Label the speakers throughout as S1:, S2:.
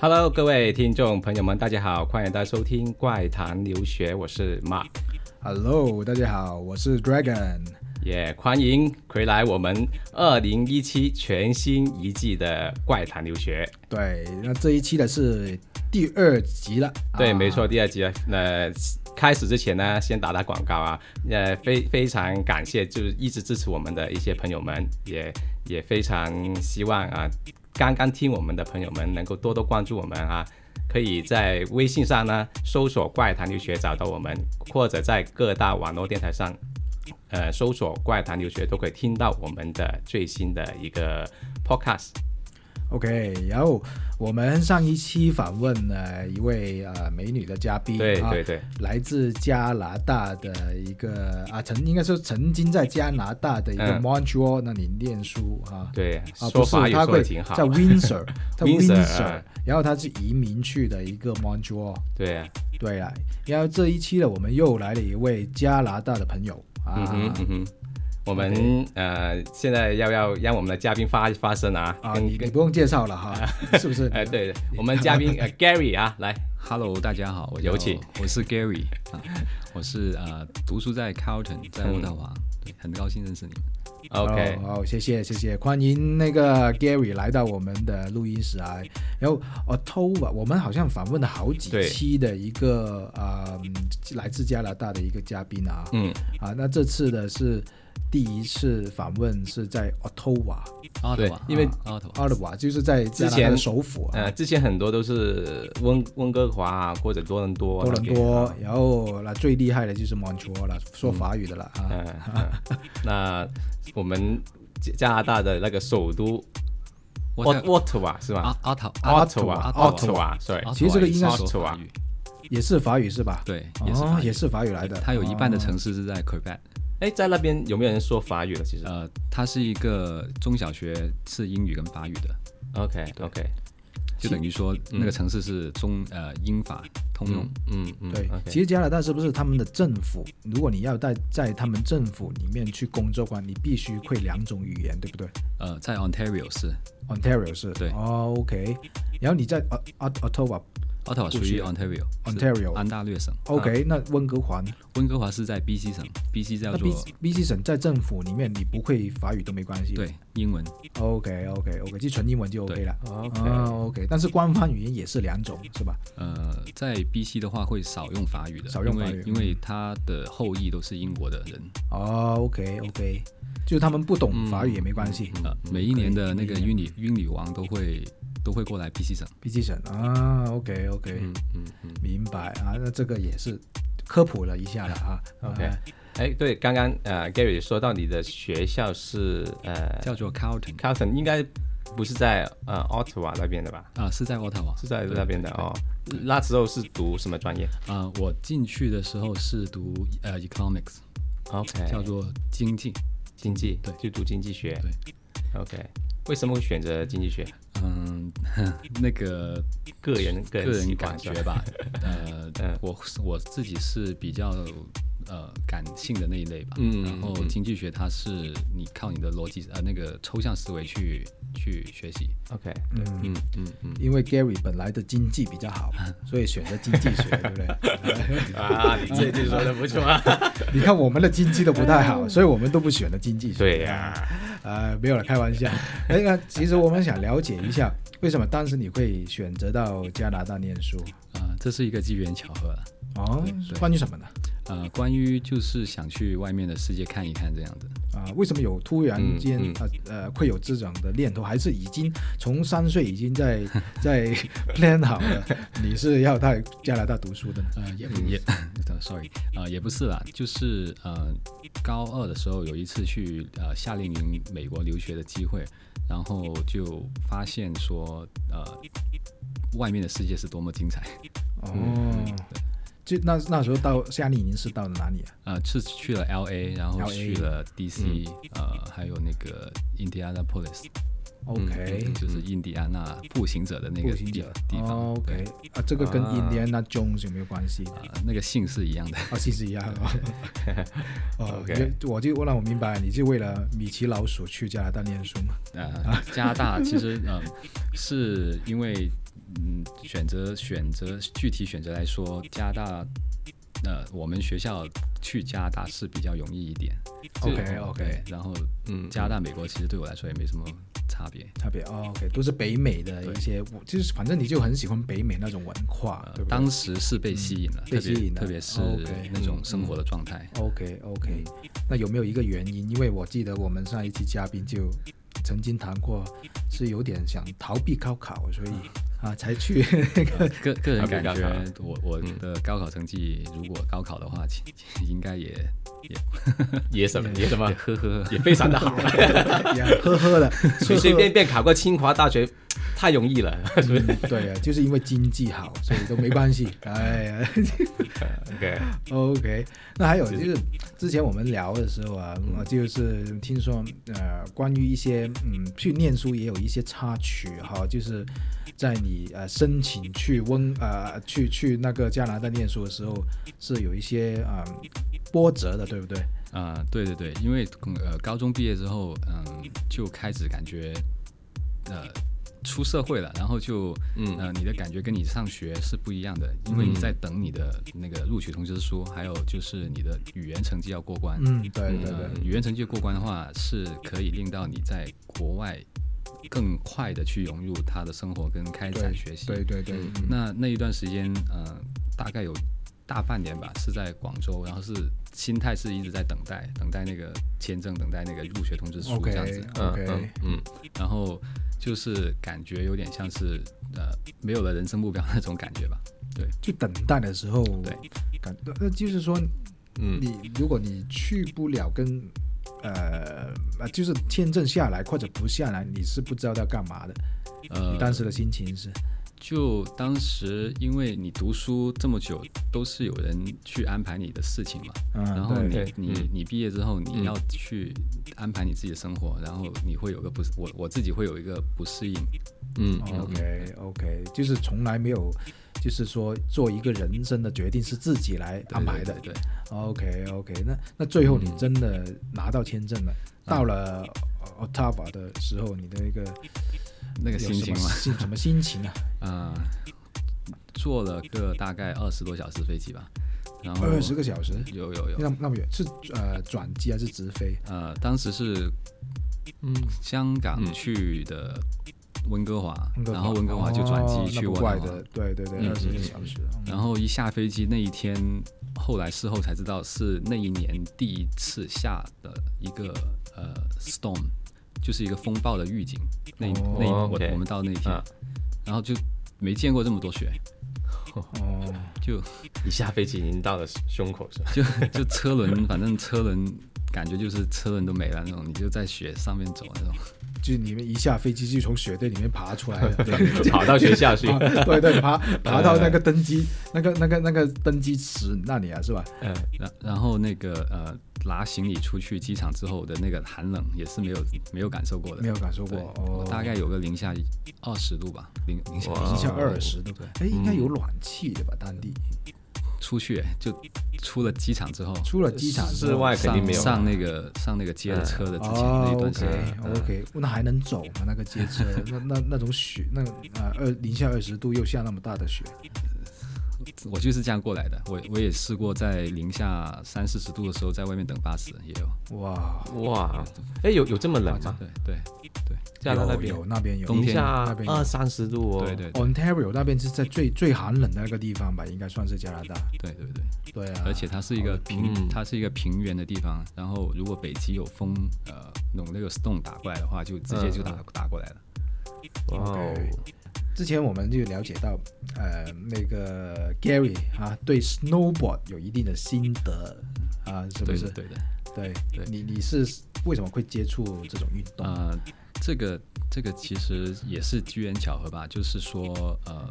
S1: Hello，各位听众朋友们，大家好，欢迎大家收听《怪谈留学》，我是 Mark，
S2: Hello，大家好，我是 Dragon。
S1: 也、欢迎回来我们二零一七全新一季的《怪谈留学》。
S2: 对，那这一期的是第二集了。
S1: 对，
S2: 啊
S1: 没错，第二集啊，呃，开始之前呢，先打打广告啊，呃，非非常感谢就是一直支持我们的一些朋友们，也也非常希望啊，刚刚听我们的朋友们能够多多关注我们啊。可以在微信上呢搜索“怪谈留学”找到我们，或者在各大网络电台上，呃，搜索“怪谈留学”都可以听到我们的最新的一个 podcast。
S2: OK，然后我们上一期访问了一位呃美女的嘉宾，
S1: 对
S2: 啊
S1: 对对，
S2: 来自加拿大的一个啊，曾应该说曾经在加拿大的一个
S1: 嗯
S2: Montreal 那里念书啊。
S1: 对，说
S2: 啊，不是
S1: 法，语
S2: 他
S1: 说
S2: 会
S1: 的挺好
S2: 在。Windsor，在
S1: Windsor，
S2: Windsor，
S1: 啊
S2: 然后他是移民去的一个 Montreal，
S1: 对啊，
S2: 对啊，然后这一期呢，我们又来了一位加拿大的朋友
S1: 嗯哼
S2: 啊，
S1: 嗯哼，我们呃现在要要让我们的嘉宾发发声啊，
S2: 啊，
S1: 跟
S2: 你你
S1: 跟
S2: 不用介绍了哈， 是不是？
S1: 哎、对，我们嘉 宾呃 Gary 啊，来，
S3: Hello，大家好，我
S1: 有
S3: 叫
S1: 请，
S3: 我是 Gary 啊，我是呃读书在
S2: 嗯
S3: Carleton，在渥太华，对，很高兴认识你们。
S1: OK，、
S2: 哦，哦谢谢谢谢，欢迎那个 Gary 来到我们的录音室啊。然后哦，偷吧，我们好像访问了好几
S1: 对
S2: 期的一个啊、嗯来自加拿大的一个嘉宾啊
S1: 嗯，
S2: 啊，那这次的是第一次访问是在 Ottawa
S3: 渥
S1: 对
S3: 太华，
S1: 因为
S3: 渥太华，
S2: o t t 就是在加拿大的首府啊，
S1: 呃，之前很多都是温温哥华啊，或者多伦多啊、
S2: 多伦
S1: 那边
S2: 多，然后那最厉害的就是 Montreal 了，说法语的了啊。
S1: 嗯，嗯那我们加加拿大的那个首都
S3: 渥
S1: Ot
S3: 太
S1: Ottawa 是吧
S3: 啊，Ottawa，
S2: Ottawa，
S3: 啊
S1: ？Ottawa
S2: Ottawa
S1: sorry，
S3: Ottawa
S2: 其实这个应该
S3: 也
S1: 是
S3: 说法
S1: Ottawa
S3: 语，
S2: 也是法语是吧？
S3: 对，也是
S2: 哦
S3: 法，语
S2: 也是法语来的。
S3: 它有一半的
S2: 哦
S3: 城市是在 Quebec，
S1: 哎，在那边有没有人说法语了？其实、
S3: 呃，它是一个中小学是英语跟法语的，
S1: o k OK，
S3: 就等于说
S2: 嗯
S3: 那个城市是中呃英法通用。
S1: 嗯嗯，
S2: 哦对
S1: o k
S2: 其实加拿大是不是他们的政府？如果你要在在他们政府里面去工作的话，你必须会两种语言，对不对
S3: 呃，在 Ontario 是
S2: ？Ontario 是
S3: 嗯对
S2: 哦，OK。然后你在 O O Ottawa
S3: Ottawa 属于 Ontario，是啊
S2: Ontario
S3: 安大略省。
S2: OK，那温哥华呢？
S3: 温哥华是在 BC 省，BC 叫
S2: 那
S3: 做
S2: B B C 省在政府里面，你不会法语都没关系。
S3: 对英文，
S2: ，OK OK
S1: 嗯
S2: OK，就纯英文就 OK 了。
S1: OK，、
S2: 啊 OK，但是官方语言也是两种，是吧？
S3: 呃，在 BC 的话会少用法语的，
S2: 少用法
S3: 因
S2: 语
S3: 为因为他的后裔都是英国的人。
S1: 嗯
S2: 哦，OK OK，就是他们不懂法语也没关
S1: 嗯
S2: 系。
S3: 呃，每一年的那个英女英女王都会都会过来 BC 省。
S2: B C 省啊，OK OK，
S1: 嗯嗯。
S2: 明白啊，那这个也是科普了一下了啊。
S1: OK
S2: 啊
S1: 哎，对，刚刚呃，Gary 说到你的学校是呃
S3: 叫做 Carlton
S1: ，Carlton 应该不是在呃 Ottawa 那边的吧？
S3: 啊、是在 Ottawa
S1: 是在那边的哦。那时候是读什么专业
S3: 啊、我进去的时候是读呃 economics，
S1: ？OK，
S3: 叫做经济。
S1: 经济，
S3: 对
S1: 就读经济学。
S3: 对
S1: ，OK，为什么会选择经济学？
S3: 嗯， 那个
S1: 个人个
S3: 个
S1: 人习
S3: 人
S1: 惯
S3: 感
S1: 是嗯
S3: 觉吧，呃，我我自己是比较呃感性的那一类吧，
S1: 嗯
S3: 然后经济学它是你靠你的逻辑呃那个抽象思维去去学习，
S1: OK，
S2: 嗯
S1: 嗯嗯嗯。
S2: 因为 Gary 本来的经济比较好，所以选择经济学，对 不对？
S1: 啊，你这句说的不错啊。
S2: 你看我们的经济都不太好，所以我们都不选了经济学。
S1: 对呀、
S2: 啊呃，没有了，开玩笑。哎，那其实我们想了解一下，为什么当时你会选择到加拿大念书？
S3: 啊，这是一个机缘巧合了。
S2: 哦，
S3: 对
S2: 关于什么呢？
S3: 呃，关于就是想去外面的世界看一看这样子。
S2: 啊、为什么有突然间、
S1: 嗯
S2: 呃呃会有这种的念头？还是已经从三岁已经在 在 plan 好了，你是要到加拿大读书的呢？
S3: 呃，也不也，sorry，呃，也不是啦，就是呃，高二的时候有一次去呃夏令营美国留学的机会，然后就发现说呃，外面的世界是多么精彩，
S2: 哦，
S1: 嗯
S2: 就那那时候到夏令营是到哪里啊？
S3: 呃，是去了 L A，然后
S2: LA
S3: 去了 D C，、呃，
S2: 嗯
S3: 还有那个 Indianapolis，嗯
S2: OK，、
S3: 就是印第安纳步行者的那
S2: 哎嗯步
S3: 个
S2: 行
S3: 地
S2: 者
S3: 地方、
S2: 哦
S3: 对
S2: OK，啊，这个跟
S1: 啊
S2: Indiana Jones 有没有关 系？啊，
S3: 呃那个姓是一样的。
S2: 其实一样 啊。哦
S1: OK
S2: 就我就让我明白，你是为了米奇老鼠去加拿大念书吗？
S3: 呃，加拿大其实嗯、呃是因为嗯，选择选择具体选择来说，加拿大，呃，我们学校去加拿大是比较容易一点。
S2: OK 哎 OK，
S3: 对，然后
S1: 嗯
S3: 加拿大、美国其实对我来说也没什么差别。
S2: 特别哦 OK，都是北美的一些，我就是反正你就很喜欢北美那种文化，
S3: 呃
S2: 对不对？嗯
S3: 当时是被吸引了，
S2: 被
S3: 特别
S2: 吸引了
S3: 特别是
S2: OK，嗯
S3: 那种生活的状态。
S2: OK OK，那
S3: 嗯
S2: 有没有一个原因？因为我记得我们上一期嘉宾就曾经谈过，是有点想逃避高考，所以啊才去那个
S3: 个个人
S1: 还没
S3: 感觉
S1: 高，
S3: 我
S2: 嗯
S3: 我的高考成绩如果高考的话，其应该也
S1: 也什么也什么
S3: 也呵呵。
S1: 也非常的 好，啊
S2: 呀呵呵的，
S1: 随随便便考个清华大学太容易 了。
S2: 嗯对啊，就是因为经济好，所以都没关 系。哎呀
S1: OK，
S2: ，OK。那还有就是，之前我们聊的时候啊，我就是听说呃，关于一些嗯，去念书也有一些插曲哈，就是在你呃申请去温呃去去那个加拿大念书的时候，是有一些啊、呃波折的，对不对？
S3: 啊、对对对，因为呃，高中毕业之后，嗯，就开始感觉，呃，出社会了，然后就，嗯、呃，你的感觉跟你上学是不一样的，因为你
S2: 嗯
S3: 在等你的那个录取通知书，还有就是你的语言成绩要过关。
S2: 嗯，对对
S3: 呃
S2: 对，
S3: 语言成绩过关的话，是可以令到你在国外更快的去融入他的生活跟开展学习。
S2: 对对对，嗯
S3: 那那一段时间，呃，大概有大半年吧，是在广州，然后是心态是一直在等待，等待那个签证，等待那个入学通知书这样子
S2: OK。OK，
S1: 嗯嗯
S3: 然后就是感觉有点像是呃没有了人生目标那种感觉吧。对，
S2: 就等待的时候，
S3: 对，
S2: 感那就是说
S1: 嗯嗯，
S2: 你如果你去不了跟呃呃，就是签证下来或者不下来，你是不知道要干嘛的。
S3: 呃
S2: 你，当时的心情是
S3: 就当时因为你读书这么久，都是有人去安排你的事情嘛。
S2: 嗯，
S3: 然后
S2: 对，
S3: 你
S1: 对
S3: 你
S1: 嗯
S3: 你毕业之后，你
S1: 嗯
S3: 要去安排你自己的生活，然后你会有个不，我我自己会有一个不适应，
S1: 嗯
S2: OK OK，就是从来没有，就是说做一个人生的决定是自己来
S3: 对
S2: 安排的。
S3: 对对
S2: OK OK，那那最后你真的拿到签证了，
S3: 嗯
S2: 到了 Ottawa 的时候，你的一个
S3: 那个
S2: 有
S3: 心
S2: 什
S3: 情
S2: 么
S3: 嘛，
S2: 心什么心情 啊？
S3: 啊、坐了个大概二十多小时飞机吧，然后
S2: 二十个小时，
S3: 有有有，
S2: 那那么远是呃转机还是直飞？
S3: 呃，当时是
S1: 嗯
S3: 香港
S1: 嗯
S3: 去的温哥华，
S2: 温哥华
S3: 然后温哥华就转
S2: 哦
S3: 机去
S2: 那不
S3: 渥
S2: 怪
S3: 太华，
S2: 的，对对对，
S3: 嗯
S2: 二十个
S3: 嗯
S2: 小时。
S3: 然后一下飞机那一天，后来事后才知道是那一年第一次下的一个呃 storm，就是一个风暴的预警。那一、那一
S1: 哦
S3: 我
S1: OK
S3: 我们到那一天，
S1: 啊
S3: 然后就没见过这么多雪，
S2: 哦，
S3: 就
S1: 一下飞机已经到了胸口是吧？
S3: 就 就车轮，反正车轮感觉就是车轮都没了那种，你就在雪上面走那种。
S2: 就你们一下飞机就从雪堆里面爬出来 了，对啊
S1: 跑到学 校去，
S2: 对对，爬爬到那个登机那个那个那个登机池那里啊，是吧？
S1: 嗯
S3: 然然后那个呃拿行李出去机场之后的那个寒冷也是没有没有感受过的
S2: 没。有感受
S3: 对
S2: 过，
S3: 我
S2: 哦，
S3: 大概有个零下二十度吧，零零下
S1: 哇
S2: 零哦下二十度，
S3: 嗯
S2: 哎，应该有暖气的吧？当地
S3: 出去就出了机场之后，
S2: 出了机场之后
S1: 室外肯定没
S3: 上
S1: 有嗯
S3: 上那个上那个接了车的之前
S2: 哦
S3: 那一段时间，嗯
S2: ，OK OK，那还能走吗？那个街车， 那那那种雪，那呃二零下二十度又下那么大的雪，
S3: 我就是这样过来的。我我也试过在零下三四十度的时候在外面等巴士，也有。
S2: 哇，
S1: 哇，哎有有这么冷吗？
S3: 对对
S1: 加拿大那边
S2: 有有那边哦有
S1: 零下
S2: 那边有
S1: 二三十度哦。
S3: 对对对
S2: Ontario 那边是在最最寒冷的那个地方吧，应该算是加拿大。
S3: 对对对，
S2: 对啊，
S3: 而且它是一个
S1: 嗯
S3: 平，它是一个平原的地方。然后如果北极有风，呃，弄那个 storm 打过来的话，就直接就打
S2: 嗯
S3: 打过来了。
S1: 哇哦，
S2: 之前我们就了解到，呃，那个 Gary 啊，对 snowboard 有一定的心得啊，是不
S3: 对
S2: 是
S3: 的？对的。
S2: 对，
S3: 对
S2: 你你是为什么会接触这种运
S1: 啊
S2: 动？
S3: 呃，这个这个其实也是机缘巧合吧，就是说呃，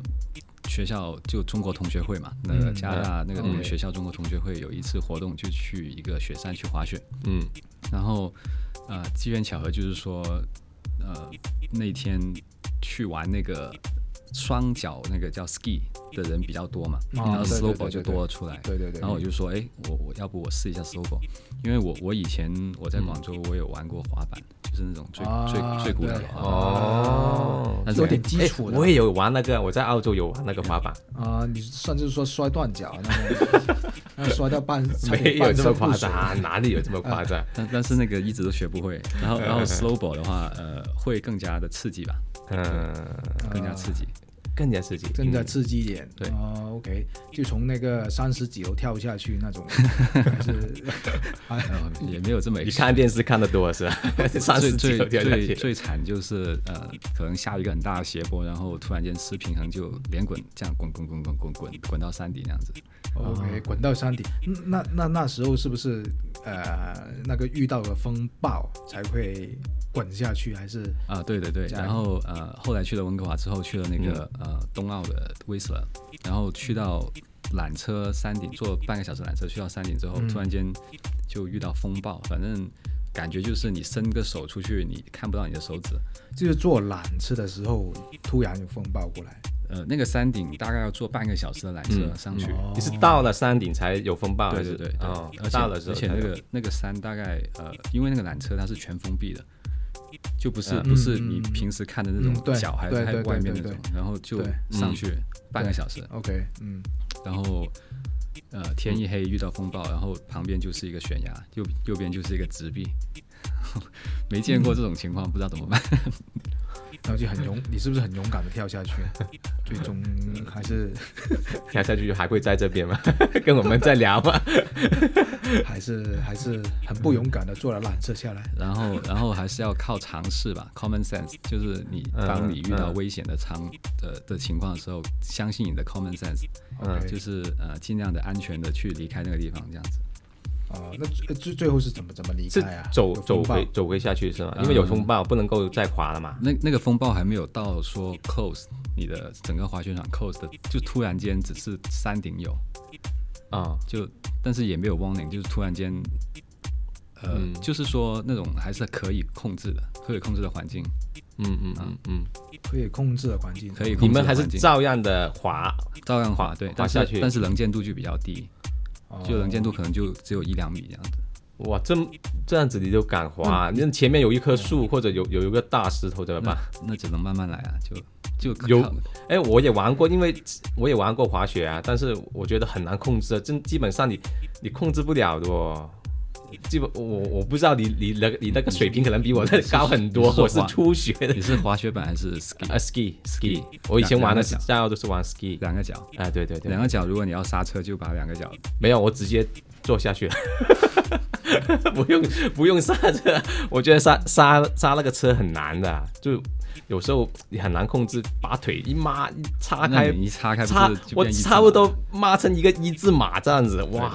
S3: 学校就中国同学会嘛，那个
S2: 嗯
S3: 加拿大那个我们
S1: OK
S3: 学校中国同学会有一次活动，就去一个雪山去滑雪，
S1: 嗯
S3: 然后呃，机缘巧合就是说呃那天去玩那个。双脚那个叫 ski 的人比较多嘛，
S2: 哦
S3: 然后
S2: 对对对
S3: snowboard
S2: 对
S3: 就
S2: 对
S3: 多了出来。
S2: 对对对，
S3: 然后我就说，哎，我我要不我试一下 snowboard，因为我我以前我在广州我有玩过滑板，就是那种最、
S2: 嗯啊
S3: 最最古老
S2: 对
S3: 的滑板。
S1: 哦
S3: 那但是
S2: 有点基础
S1: 哎
S2: 的
S1: 我也有玩那个，我在澳洲有玩那个滑板，
S2: 啊、你算是说摔断脚啊那种， 然后摔到半差
S1: 没
S2: 点
S1: 有
S2: 半
S1: 这么
S2: 身
S1: 夸
S2: 不遂。
S1: 张，啊哪里有这么夸张？
S3: 但但是那个一直都学不会。然后 然后 slowball 的话，呃，会更加的刺激吧，
S1: 嗯，
S3: 更加刺激。
S1: 更加刺激，
S2: 真的
S1: 嗯
S2: 刺激一点。
S1: 对
S2: 哦，OK，就从那个三十几楼跳下去 那种，还是还
S3: 呃，也没有这么
S1: 你看电视看的多是吧？上
S3: 最
S1: 次
S3: 最
S1: 九掉下
S3: 最
S1: 去，
S3: 最惨就是呃，可能下一个很大的斜坡，然后突然间失平衡就连滚，这样滚滚滚滚滚滚滚到山底那样子。
S2: 哦 OK
S1: 啊
S2: 滚到山顶。嗯那那那时候是不是呃那个遇到了风暴才会滚下去，还是
S3: 啊，对对对，
S2: 加
S3: 然
S2: 油
S3: 后呃，后来去了温哥华之后，去了那个、呃冬奥的威斯勒，然后去到缆车山顶，坐半个小时缆车去到山顶之后，突然间就遇到风暴，反正感觉就是你伸个手出去，你看不到你的手指。
S2: 就是坐缆车的时候突然有风暴过来？
S3: 呃，那个山顶大概要坐半个小时的缆车上去，
S2: 哦
S1: 你是到了山顶才有风暴，
S3: 对
S1: 还
S3: 对
S1: 是
S3: 对对，
S1: 哦
S3: 而，且
S1: 到了之后
S3: 而且
S1: 才
S3: 那
S1: 有
S3: 个那个山大概呃，因为那个缆车它是全封闭的，就不是、
S1: 嗯
S3: 不是你平时看的那种
S2: 嗯对
S3: 脚还、
S2: 对
S3: 还
S2: 对
S3: 有外面
S2: 对
S3: 那
S2: 对
S3: 种，然后就
S2: 对
S1: 嗯
S3: 上去半个小时，
S2: OK，嗯，
S3: 然后呃天一黑遇到风暴，然后旁边就是一个悬崖，右右边就是一个直壁， 没见过这种情况，不知道怎么办。
S2: 然后就很勇， 你是不是很勇敢的跳下去？最终还是
S1: 跳下去还会在这边吗？ 跟我们在聊吗？
S2: 还是还是很不勇敢的坐了缆车下来。
S3: 然后，然后还是要靠尝试吧，common sense，就是你
S1: 嗯
S3: 当你遇到
S1: 嗯
S3: 危险的场的的情况的时候，相信你的 common sense，
S1: 嗯
S2: OK，
S3: 就是呃尽量的安全的去离开那个地方，这样子。
S2: 哦，那最最最后是怎么怎么离
S1: 是
S3: 哎
S2: 开啊？
S1: 走
S2: 有
S1: 走
S2: 风暴
S1: 回走回下去是吗？
S3: 嗯
S1: 因为有风暴，不能够再滑了嘛。
S3: 那那个风暴还没有到说 close 你的整个滑雪场 close 的，就突然间只是山顶有，
S1: 啊，
S3: 就但是也没有 warning，就是突然间，呃，
S1: 嗯
S3: 就是说那种还是可以控制的，可以控制的环境，
S1: 嗯嗯嗯嗯，
S2: 可以控制的环境，
S3: 可以
S1: 你
S3: 控制
S1: 们
S3: 的环境。
S1: 还是照样的滑，
S3: 照样滑
S1: 滑
S3: 对
S1: 滑，
S3: 但
S1: 下
S3: 是
S1: 去哦
S3: 但是能见度就比较低，
S2: 哦
S3: 就能见度可能就只有一两米这样子。
S1: 哇，这这样子你就敢滑？
S3: 嗯
S1: 那前面有一棵树或者有有一个大石头怎么办？
S3: 那只能慢慢来啊，就就
S1: 有
S3: 靠
S1: 哎，我也玩过，因为我也玩过滑雪啊，但是我觉得很难控制，啊真基本上你你控制不了的哦。基本我我不知道你你那个你那个水平可能比我的高很多，
S3: 你是
S1: 我是
S3: 滑
S1: 初学的
S3: 你是滑雪板还是 ski？
S1: 啊 ski ski，
S3: ski
S1: 我以前玩的
S3: 两个
S1: 道都是玩 ski
S3: 两个脚，
S1: 啊，对对对
S3: 两，个脚，如果你要刹车，就把两个脚
S1: 没有我直接坐下 去了， 不用不用刹车，我觉得刹刹刹那个车很难的，啊就有时候你很难控制，把腿一抹一叉啊
S3: 那
S1: 开
S3: 你一叉开，
S1: 差
S3: 不是就
S1: 我
S3: 变一字
S1: 差
S3: 马
S1: 不多抹成一个一字马这样子，哇！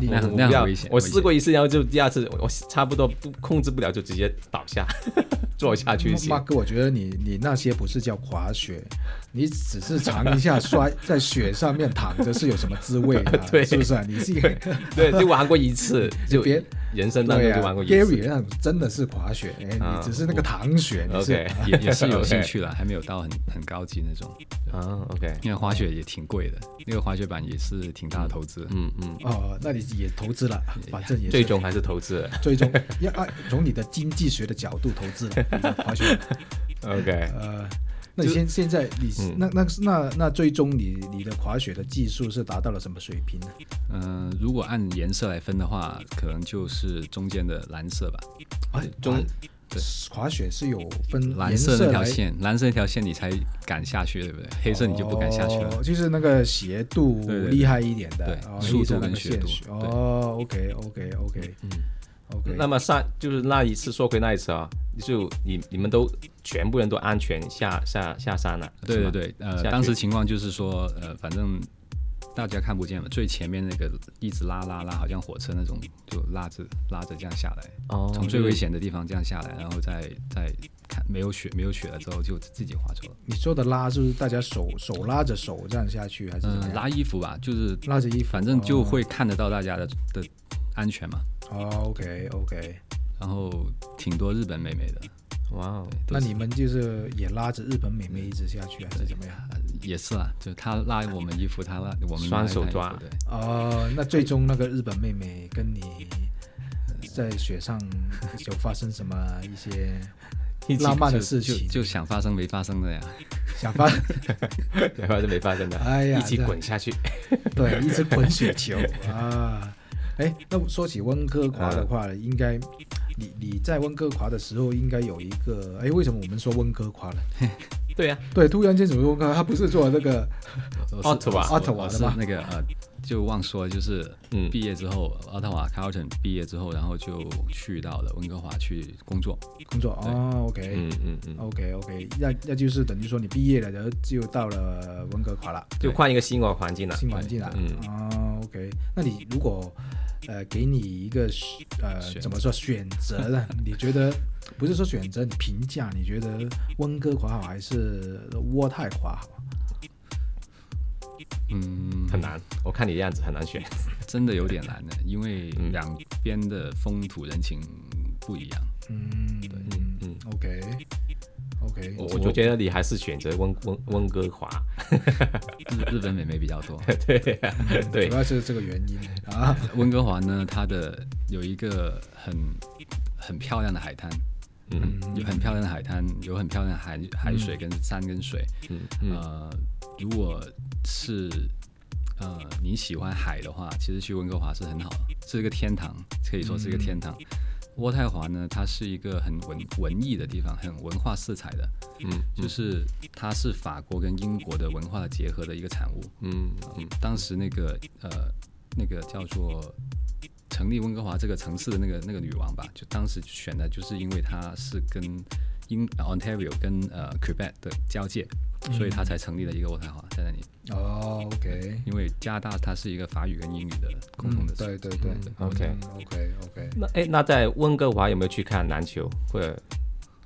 S2: 你
S1: 我
S3: 那很
S1: 我
S3: 那
S1: 不
S3: 很
S1: 要
S3: 危险
S1: 我
S3: 危险
S1: 试过一次，然后就第二次我我差不多不控制不了，就直接倒下 坐下去先。
S2: 马哥，我觉得你你那些不是叫滑雪，你只是尝一下摔 在雪上面躺着是有什么滋味啊？
S1: 对
S2: 是不是啊？你是一 个
S1: 对，就玩过一次，就
S2: 别
S1: 人生当中
S2: 对
S1: 就
S2: 啊
S1: 玩过一次。
S2: ，Gary 那种真的是滑雪，哎
S1: 啊哦
S2: 你只是那个躺雪，你是
S1: OK，
S3: 也也 是有兴趣了，还没有到很很高级那种，
S1: 啊，OK，
S3: 因为滑雪也挺贵的，那个滑雪板也是挺大的投资。
S1: 嗯嗯，
S2: 哦，那你也投资了，反正也是
S1: 最终还是投资了。
S2: 最终 要按从你的经济学的角度投资了 你的滑雪。
S1: OK，
S2: 呃，那你现现在你
S1: 嗯
S2: 那那那那最终你你的滑雪的技术是达到了什么水平呢？
S3: 嗯、如果按颜色来分的话，可能就是中间的蓝色吧，
S2: 啊，
S1: 中
S3: 哎对
S2: 滑雪是有分
S3: 蓝
S2: 颜色
S3: 那条
S2: 来
S3: 线，蓝色那条线你才敢下去，对不对？黑色你就不敢下去了。
S2: 哦就是那个斜度
S3: 对对对
S2: 厉害一点的，
S3: 对
S2: 哦
S3: 速度
S2: 黑色那
S3: 跟
S2: 个
S3: 斜
S2: 线
S3: 度
S2: 索
S3: 对
S2: 哦，OK OK OK，嗯，OK，
S1: 那么上就是那一次，说回那一次啊，就你你们都全部人都安全下下下山了，
S3: 对
S1: 是吗
S3: 对，对，
S1: 下
S3: 呃，
S1: 去
S3: 当时情况就是说，呃，反正大家看不见嘛，最前面那个一直拉拉拉，好像火车那种，就拉着拉着这样下来，
S1: 哦，
S3: 从最危险的地方这样下来，然后再再看没有雪没有雪了之后就自己滑走了。
S2: 你说的拉是不是大家手手拉着手这样下去，还是怎
S3: 嗯、
S2: 么样？哦
S3: 拉衣服吧，就是
S2: 拉着衣服，
S3: 反正就会看得到大家的的安全嘛。
S2: 哦，OK OK，
S3: 然后挺多日本妹妹的，
S1: 哇哦，
S2: 那你们就是也拉着日本美眉一直下去，还是怎么样？
S3: 呃也是啊，就她拉我们衣服，她拉我们
S1: 双
S3: 拉
S1: 手
S3: 她衣服
S1: 抓
S3: 对，
S2: 哦，那最终那个日本妹妹呃跟你在雪上有发生什么一些
S1: 一起
S2: 浪漫的
S3: 就
S2: 事情
S3: 就，就想发生没发生的呀。
S2: 想法
S1: 对，发生没发生的，
S2: 哎呀
S1: 一起
S2: 这
S1: 滚下去。
S2: 对，一直滚雪球啊！哎，那说起温哥华的话，应该你你在温哥华的时候，应该有一个哎，为什么我们说温哥华呢？
S1: 对啊呀、
S2: 对，突然间怎么温哥华？他不是做那个
S3: 我是
S1: Ottawa
S3: 我
S2: Ottawa
S3: 我
S2: 的
S3: 是
S2: 吗
S3: 那个呃，就忘说，就是
S1: 嗯
S3: 毕业之后，奥特瓦 Carleton 毕业之后，然后就去到了温哥华去工作。
S2: 工作哦？OK，
S1: 嗯嗯嗯，
S2: OK OK，那那就是等于说你毕业了，然后就到了温哥华了，
S1: 就换一个新的环境了。
S2: 新环境了。
S1: 对嗯
S2: 哦，OK，那你如果呃给你一个选呃
S3: 选择
S2: 怎么说选择呢？ 你觉得不是说选择，你评价，你觉得温哥华好还是渥太华好？
S3: 嗯，
S1: 很难，我看你的样子很难选。
S3: 真的有点难的，因为
S1: 嗯
S3: 两边的风土人情不一样。
S2: 嗯，
S1: 嗯哦嗯
S2: OK OK，
S1: 我我就觉得你还是选择温温温哥华，
S3: 日日本美眉比较多，
S1: 对呀、对
S2: 主，要是这个原因 啊。
S3: 温哥华呢，它的有一个很很漂亮的海滩，
S1: 嗯
S3: 有很漂亮的海滩，有很漂亮的海海水跟山跟水。
S1: 嗯嗯
S3: 呃，如果是呃你喜欢海的话，其实去温哥华是很好的，是一个天堂，可以说是一个天堂。
S1: 嗯
S3: 渥太华呢，它是一个很文文艺的地方，很文化色彩的，
S1: 嗯
S3: 就是它是法国跟英国的文化的结合的一个产物。
S1: 嗯嗯
S3: 当时那个呃，那个叫做成立温哥华这个城市的那个那个女王吧，就当时选的就是因为她是跟英 Ontario 跟呃 Quebec 的交界，所以她才成立了一个渥太华在那里。
S2: 哦，OK，嗯
S3: 因为加拿大它是一个法语跟英语的共同的城市、
S2: 对对对
S1: 嗯
S2: 嗯
S1: ，OK。
S2: ，OK OK。
S1: 那哎，那在温哥华有没有去看篮球或者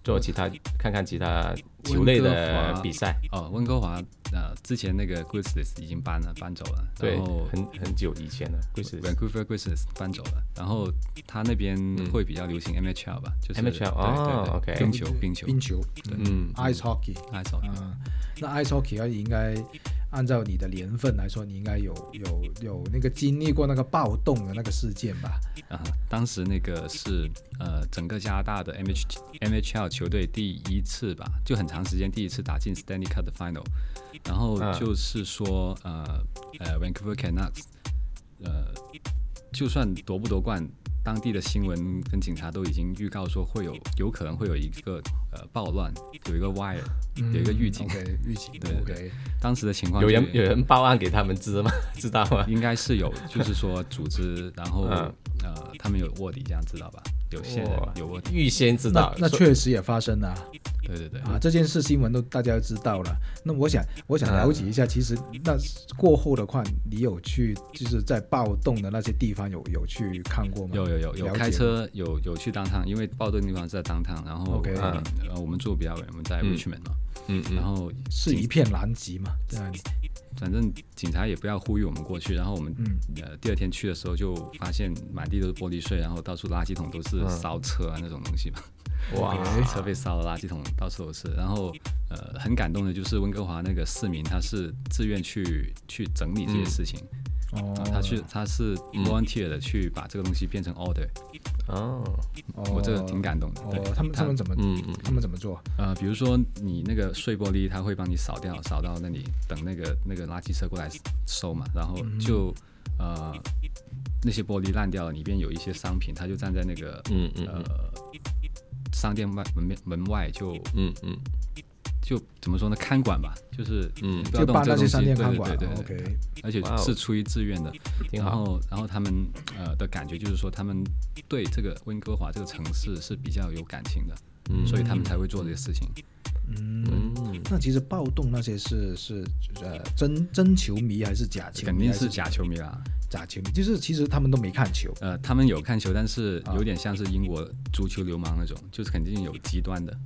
S1: 做其他看看其他球类
S3: 温哥
S1: 的
S3: 华
S1: 比赛？
S3: 哦，温哥华呃之前那个 g r i s l i s 已经搬了搬走了，
S1: 对
S3: 然后，
S1: 很很久以前了，不是
S3: Vancouver g r i s l i s 搬走了，然后他那边
S1: 嗯
S3: 会比较流行 MHL 吧，就是
S1: MHL 哦
S3: 对对对
S1: ，OK
S3: 冰球冰球
S2: 冰球，
S1: 嗯
S2: ice hockey
S3: 还少
S2: 啊、那 ice hockey 啊，应该按照你的年份来说，你应该有有有那个经历过那个暴动的那个事件吧？
S3: 啊，当时那个是呃整个加拿大的 M H M H L 球队第一次吧，就很长时间第一次打进 Stanley Cup 的 Final，然后
S1: 嗯
S3: 就是说、呃呃 Vancouver Canucks 呃就算夺不夺冠，当地的新闻跟警察都已经预告说会有有可能会有一个呃暴乱，有一个 wire，、有一个预警。
S2: 嗯，OK，预警
S3: 嗯对对
S2: ，OK，
S3: 当时的情况
S1: 有人
S3: 就是
S1: 有人报案给他们知吗？ 知道吗？
S3: 应该是有，就是说组织，然后、
S1: 嗯
S3: 呃他们有卧底，这样知道吧？有线人
S1: 哇
S3: 有卧底。
S1: 预先知
S2: 那
S1: 道，
S2: 那
S1: 说
S2: 确实也发生了啊
S3: 对对对
S2: 啊，这件事新闻都大家都知道了。那我想，我想
S3: 嗯
S2: 了解一下，其实那过后的话，你有去就是在暴动的那些地方有有去看过吗？
S3: 有有有有
S2: 了解
S3: 开车有有去当趟，因为暴动的地方是在当趟，然后
S2: OK
S3: 呃呃我们住比较远，我们在
S1: 嗯
S3: Richmond 嘛，
S1: 嗯嗯
S3: 然后
S2: 是一片狼藉嘛？在那里，
S3: 反正警察也不要呼吁我们过去，然后我们
S2: 嗯
S3: 呃第二天去的时候就发现满地都是玻璃碎，然后到处垃圾桶都是烧车啊那种东西嘛，
S1: 哇，
S3: 车被烧了，垃圾桶到处都是，然后呃很感动的就是温哥华那个市民他是自愿去去整理这些事情，
S2: 哦
S3: 啊，他去他是 volunteer 的去把这个东西变成 order，
S1: 哦，
S2: 哦
S3: 我这个挺感动的，对
S2: 哦，他们他们怎么
S1: 嗯嗯
S2: 他们怎么做？
S3: 呃，比如说你那个碎玻璃，它会帮你扫掉，扫到那里等那个那个垃圾车过来收嘛，然后就、
S2: 嗯
S3: 呃那些玻璃烂掉了，里边有一些商品，他就站在那个、
S1: 嗯嗯嗯
S3: 呃商店外门面门外就
S1: 嗯嗯
S3: 就怎么说呢，看管吧，就是
S1: 嗯
S3: 不要
S2: 就
S3: 动
S2: 帮
S3: 这
S2: 那
S3: 个东
S2: 些
S3: 西，
S2: 商店
S3: 对
S2: 看
S3: 对
S2: 管
S3: 对对
S2: 啊
S3: 对
S2: ，OK。
S3: 而且
S1: 哇哦
S3: 是出于自愿的，
S1: 挺
S3: 然
S1: 好
S3: 后然后他们呃的感觉就是说，他们对这个温哥华这个城市是比较有感情的，
S1: 嗯
S3: 所以他们才会做这些事情。
S1: 嗯
S2: 那其实暴动那些是是呃真真球迷还是假球迷？
S3: 肯定
S2: 还是
S3: 是假球迷啦，
S2: 假球迷，就是其实他们都没看球。
S3: 呃，他们有看球，但是
S2: 啊
S3: 有点像是英国足球流氓那种，就是肯定有极端的。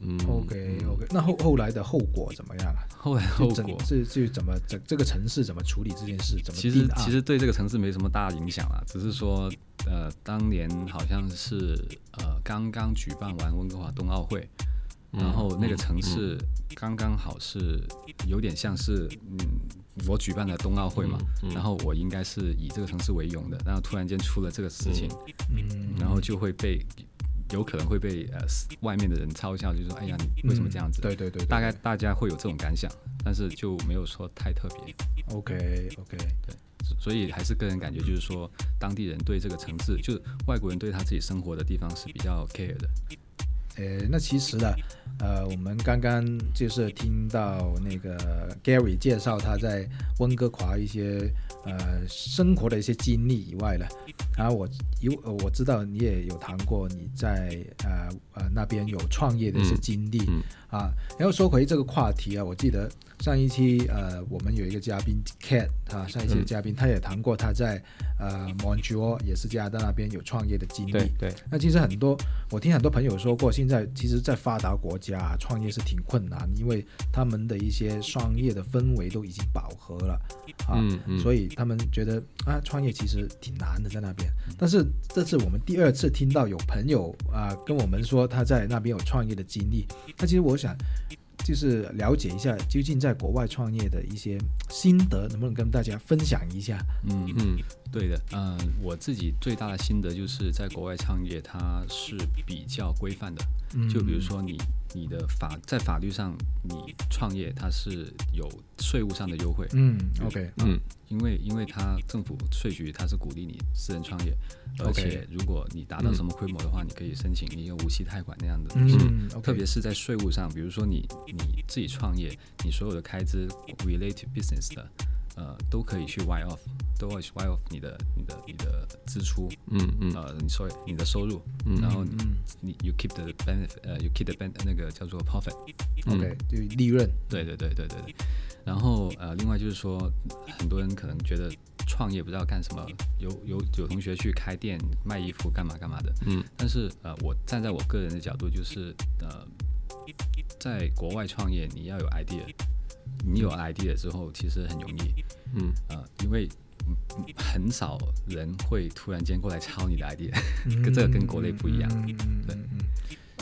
S1: 嗯
S2: OK OK，那后后来的后果怎么样啊？
S3: 后来后
S2: 就整
S3: 果，
S2: 这这怎么这这个城市怎么处理这件事？怎么
S3: 其实
S2: 定案
S3: 其实对这个城市没什么大影响啦，只是说，呃，当年好像是呃刚刚举办完温哥华冬奥会，
S2: 嗯
S3: 然后那个城市刚刚好是有点像是嗯。我举办了冬奥会嘛，
S2: 嗯
S3: 然后我应该是以这个城市为荣的，然后突然间出了这个事情，
S2: 嗯
S3: 然后就会被有可能会被呃外面的人嘲笑，就是说，哎呀，你为什么这样子？
S2: 嗯对对对，
S3: 大概大家会有这种感想，但是就没有说太特别。
S2: OK OK，
S3: 对，所以还是个人感觉，就是说当地人对这个城市，就是外国人对他自己生活的地方是比较 care 的。
S2: 呃，那其实呢，呃，我们刚刚就是听到那个 Gary 介绍他在温哥华一些呃生活的一些经历以外呢，然后我有呃我知道你也有谈过你在呃呃那边有创业的一些经历、
S1: 嗯
S2: 啊。然后说回这个话题啊，我记得上一期呃我们有一个嘉宾 Cat 啊，上一
S1: 嗯
S2: 期的嘉宾、他也谈过他在呃 Montreal 也是加拿大那边有创业的经历。
S1: 对对，
S3: 啊
S2: 那其实很多，我听很多朋友说过，现在其实，在发达国家、啊、创业是挺困难，因为他们的一些商业的氛围都已经饱和了啊，
S1: 嗯嗯
S2: 所以他们觉得啊，创业其实挺难的在那边。但是这次我们第二次听到有朋友啊跟我们说他在那边有创业的经历，那其实我想。就是了解一下究竟在国外创业的一些心得，能不能跟大家分享一下？
S3: 嗯
S1: 嗯
S3: 对的，嗯、我自己最大的心得就是在国外创业，它是比较规范的。
S2: 嗯
S3: 就比如说你你的法在法律上，你创业它是有税务上的优惠，
S2: 嗯，OK，
S1: 嗯
S3: 因为因为它政府税局它是鼓励你私人创业，而
S2: OK
S3: 且如果你达到什么规模的话，你可以申请一个无息贷款那样的东西。
S2: 嗯，OK，
S3: 特别是在税务上，比如说你你自己创业，你所有的开支 related business 的，呃，都可以去 w i t e off，都会 w i t e off 你的你的你的支出，
S1: 嗯嗯
S3: 呃，你所以你的收入，
S2: 嗯
S3: 然后你你 you keep the benefit，呃，you keep the ben 那个叫做 profit，嗯
S2: OK，就利润，
S3: 对对对对对对。然后呃，另外就是说，很多人可能觉得创业不知道干什么，有有有同学去开店卖衣服干嘛干嘛的，
S1: 嗯，
S3: 但是呃，我站在我个人的角度，就是呃，在国外创业你要有 idea，你有 idea 之后其实很容易，
S1: 嗯，
S3: 呃，因为。嗯很少人会突然间过来抄你的 idea，、跟 这个跟国内不一样。
S2: 嗯嗯嗯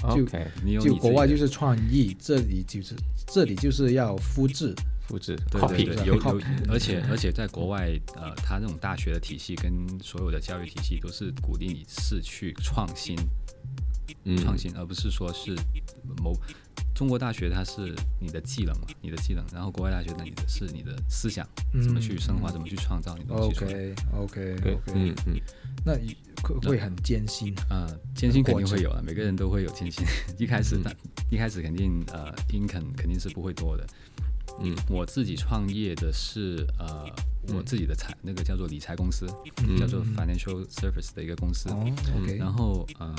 S2: 嗯就
S1: ，OK，
S3: 你有
S2: 嗯，
S3: 你
S2: 就
S3: 自己
S2: 国外
S3: 的
S2: 就是创意，这里就是这里就是要复制，
S1: 复制
S3: 对
S1: copy，
S3: 对
S2: 是吧
S3: 对，有
S2: Copy
S3: 有，而且而且在国外，呃，他那种大学的体系跟所有的教育体系都是鼓励你是去创新，
S1: 嗯
S3: 创新，而不是说是某中国大学它是你的技能嘛，你的技能，然后国外大学那你的是你的思想，嗯怎么去升华，怎么去创造你的东西出来。
S2: 嗯 OK OK
S1: 对，嗯
S2: OK，
S1: 嗯
S2: 那你会会很艰辛，啊
S3: 呃，艰辛肯定会有啊，每个人都会有艰辛。 一开始，
S2: 嗯
S3: 一开始肯定呃，income 肯定是不会多的。
S1: 嗯，
S3: 我自己创业的是呃，我自己的财那个叫做理财公司，叫做 financial service 的一个公司。
S2: 嗯哦，OK，
S3: 然后嗯、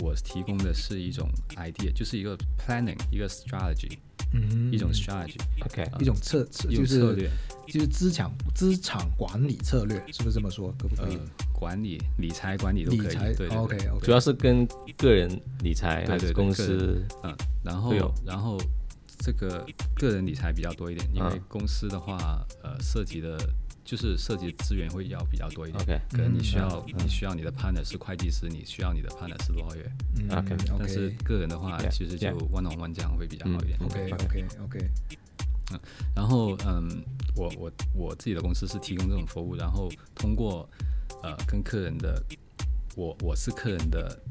S3: 我提供的是一种 idea，就是一个 planning，一个 strategy，
S2: 嗯，
S3: 一种 strategy，
S1: ，OK，
S3: 啊
S2: 一种策策
S3: 一
S2: 就
S3: 种策略
S2: 是。就是资产资产管理策略，是不是这么说？可不可
S3: 呃
S2: 以？，
S3: 管理、理财管理都
S2: 理
S3: 可以，
S2: 财哦
S3: 对对对
S2: OK
S1: 主
S2: OK，
S1: 要是跟个人理财
S3: 对
S1: 还
S3: 对
S1: 是
S3: 对
S1: 公
S3: 个人
S1: 司，
S3: 嗯，然后
S1: 都有
S3: 然后这个个人理财比较多一点，因为
S1: 嗯
S3: 公司的话，呃，涉及的就是涉及的资源会要比较多一点。
S1: OK
S3: 可能你需
S2: 嗯
S3: 要、你需要你的 partner 是会计师，你需要你的 partner 是 lawyer，、
S2: 嗯
S1: OK，
S3: 啊但是
S2: OK
S3: 个人的话
S1: Yeah，
S3: 其实就
S1: yeah 嗯
S3: one on one 这样会比较好一点。
S2: OK OK OK，
S3: 然后嗯，我我我自己的公司是提供这种服务，然后通过呃跟客人的，我我是客人的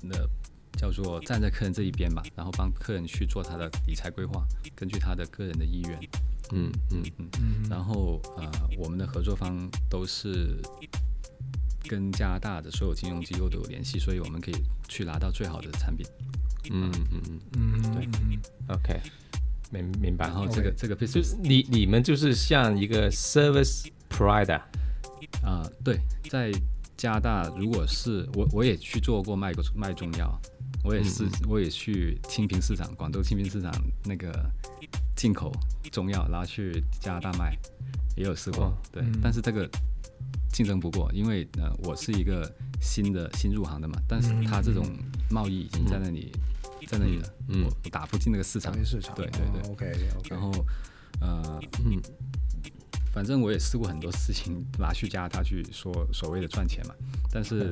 S3: 那叫做站在客人这一边吧，然后帮客人去做他的理财规划，根据他的个人的意愿，
S1: 嗯嗯
S3: 然后呃我们的合作方都是。跟加拿大的所有金融机构都有联系，所以我们可以去拿到最好的产品。
S1: 嗯嗯嗯
S2: 嗯嗯
S1: ，OK，明明白
S3: 然。后这个这个 b u s
S1: 就是你你们就是像一个 service provider，
S3: 啊、对，在加拿大，如果是我，我也去做过卖过卖中药，我也
S1: 嗯
S3: 是，我也去清平市场，广州清平市场那个进口中药，然后去加拿大卖，也有试过，
S1: 哦
S3: 对，但是这个竞争不过，因为呃，我是一个新的新入行的嘛，但是他这种贸易已经在那里，在那里了，
S1: 嗯嗯嗯嗯
S3: 我我打不进那个市场
S2: 商，业市场，哦
S3: 对对对，
S2: ，OK OK，
S3: 然后呃，嗯，反正我也试过很多事情拿去加拿大去说所谓的赚钱嘛，但是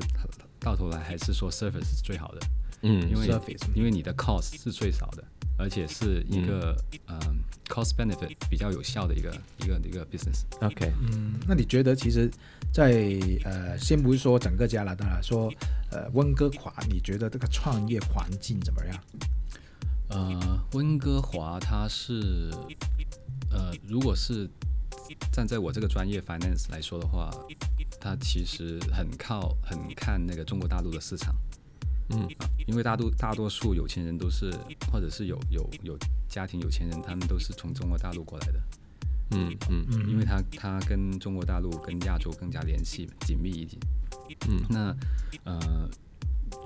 S3: 到头来还是说 service 是最好的，
S1: 嗯
S3: 因为
S2: service
S3: 因为你的 cost 是最少的，而且是一个嗯、 cost benefit 比较有效的一个一个一个 business。
S1: OK，
S2: 嗯，那你觉得其实在，呃，先不是说整个加拿大啦，说呃温哥华，你觉得这个创业环境怎么样？
S3: 呃，温哥华它是，呃，如果是站在我这个专业 finance 来说的话，它其实很靠很看那个中国大陆的市场。
S1: 嗯
S3: 啊，因为大多大多数有钱人都是，或者是有有有家庭有钱人，他们都是从中国大陆过来的，
S1: 嗯嗯
S2: 嗯，
S3: 因为他他跟中国大陆跟亚洲更加联系紧密一点。
S1: 嗯
S3: 那呃，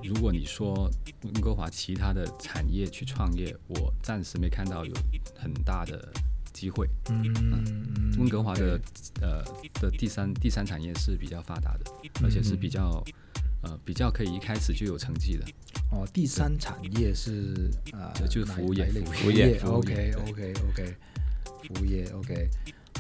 S3: 如果你说温哥华其他的产业去创业，我暂时没看到有很大的机会。
S2: 嗯，
S3: 温哥华的
S2: OK
S3: 呃的第三第三产业是比较发达的，
S2: 嗯
S3: 而且是比较呃比较可以一开始就有成绩的。
S2: 哦，第三产业是呃，
S3: 对就是
S2: 哪
S3: 服务业
S2: 哪一类
S3: 服务
S2: 服务
S1: 业
S2: 业
S3: 服务
S2: ，OK
S3: 业
S2: OK OK，服务业 OK。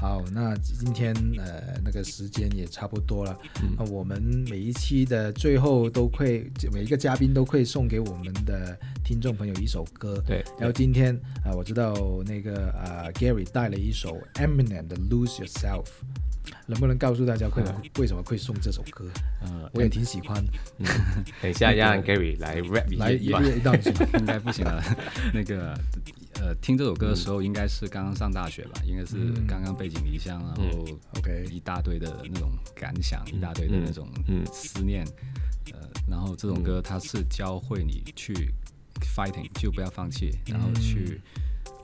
S2: 好，那今天呃那个时间也差不多了，
S3: 嗯
S2: 那我们每一期的最后都会每一个嘉宾都会送给我们的听众朋友一首歌，
S1: 对
S2: 然后今天啊、呃我知道那个呃 Gary 带了一首 Eminem 的 Lose Yourself，能不能告诉大家会
S3: 嗯
S2: 为什么会送这首歌？
S3: 呃，
S2: 我也挺喜欢，
S1: 等一下让 Gary 来 rap 一下
S2: 来
S3: 嗯
S2: 一
S1: 吧。
S2: 一道 是吧
S3: 应该不行了。那个呃，听这首歌的时候应该是刚刚上大学吧，应该是
S2: 嗯
S3: 刚刚背井离乡，然后
S2: OK
S3: 一大堆的那种感想，一大堆的那种
S1: 嗯
S3: 思念，呃，然后这种歌
S2: 嗯
S3: 它是教会你去 fighting，就不要放弃，然后去。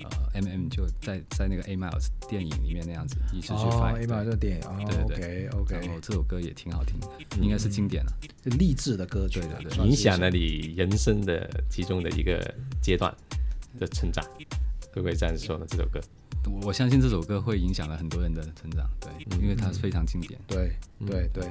S3: 呃，M
S2: 嗯
S3: M 就在在那个 A Miles 电影里面那样子，一直去
S2: 哦
S3: fight，
S2: ，A 马
S3: 对
S2: 这电影哦
S3: 对
S2: ，OK
S3: 对
S2: OK，嗯
S3: 然后这首歌也挺好听的，应该是经典了。啊
S2: 励志的歌曲，
S3: 对对对
S2: 算是
S1: 影响了你人生的其中的一个阶段的成长，会不会这样说呢？这首歌，
S3: 我我相信这首歌会影响了很多人的成长，对，
S2: 嗯
S3: 因为它是非常经典。
S2: 对对对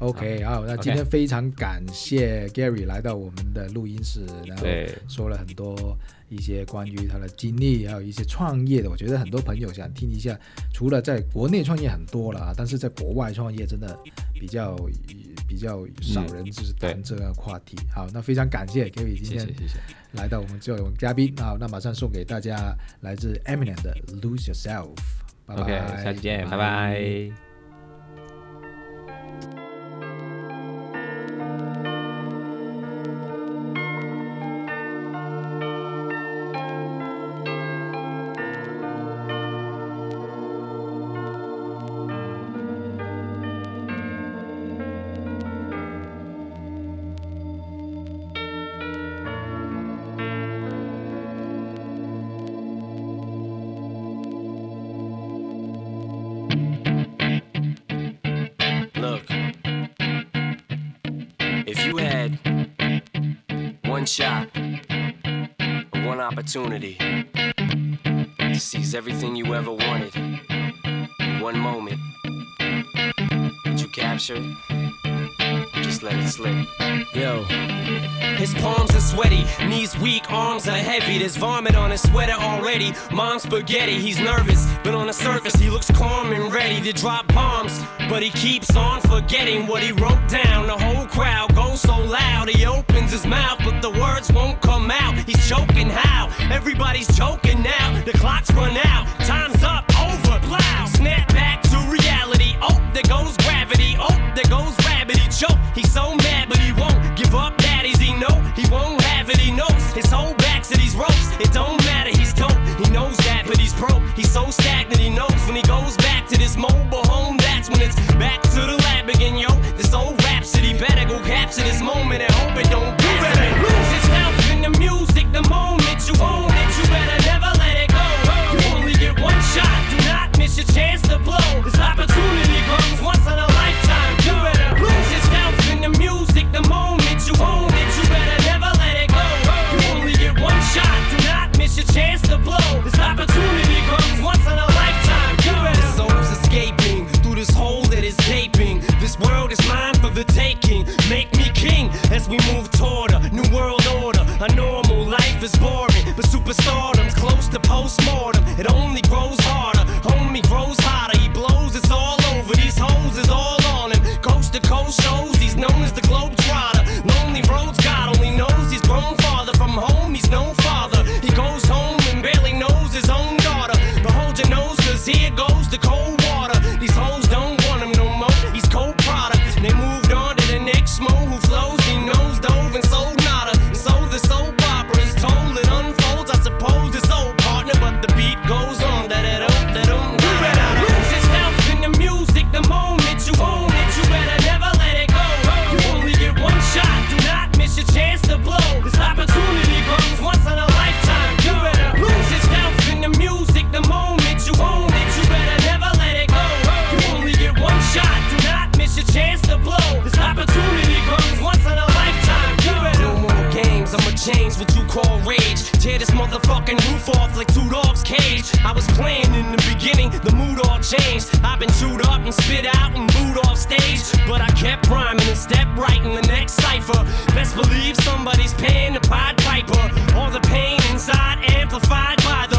S2: ，OK，好，那
S1: OK
S2: 今天非常感谢 Gary 来到我们的录音室，然后
S1: 对
S2: 说了很多一些关于他的经历，还有一些创业的。我觉得很多朋友想听一下，除了在国内创业很多了啊，但是在国外创业真的比较比较少人就是谈
S1: 对
S2: 这个话题。好，那非常感谢 Gary 今
S3: 谢谢
S2: 天
S3: 谢谢，
S2: 来到我们作为我们嘉宾啊，那马上送给大家来自 Eminem 的《Lose Yourself》，拜拜
S1: OK，下期见，拜
S3: 拜
S1: 拜。
S4: Look, if you had one shot, or one opportunity to seize everything you ever wanted in one moment, did you capture it? Or Just let it slip. Yo. His palms are sweaty, knees weak, arms are heavy. There's vomit on his sweater already. Mom's spaghetti, he's nervous, but on the surface he looks calm and ready to drop bombs. But he keeps on forgetting what he wrote down. The whole crowd goes so loud, he opens his mouth, but the words won't come out. He's choking how? Everybody's choking now. The clock's run out, time's up, over, plow. Snap back to reality. Oh, there goes gravity. Oh, there goes rabbit. He choke. He's so mad, but he won't give up. Daddies, he know he won't have it. He knows his whole back to these ropes. It don't matter. He's dope. He knows that, but he's broke. He's so stagnant. He knows when he goes back to this mobile home. That's when it's back to the lab again, yo. This old rhapsody better go capture this moment and hope it don't. You better lose yourself in the music. The moment you own it, you better never let it go. You only get one shot. Do not miss your chance to blow. This opportunity comes once in a lifetime. You better lose yourself in the music. The moment you own it, you better never let it go. You only get one shot. Do not miss your chance to blow. This opportunity comes once in a lifetime. You better. Souls escaping through this hole that is gaping. This world is mine for the taking. Make me king as we move toward a new world order. A normal life is boring, but superstardom's close to postmortem. It only grows harder. Homie grows hotter. He blows. It's all over. These hoes is all on him. Coast to coast shows. He's known as the globetrotter. Lonely roads. God only knows he's grown farther from home. He's no father. He goes home and barely knows his own daughter. But home stage. I was playing in the beginning, the mood all changed. I've been chewed up and spit out and booed off stage. But I kept rhyming and stepped right in the next cipher. Best believe somebody's paying the Pied Piper. All the pain inside amplified by the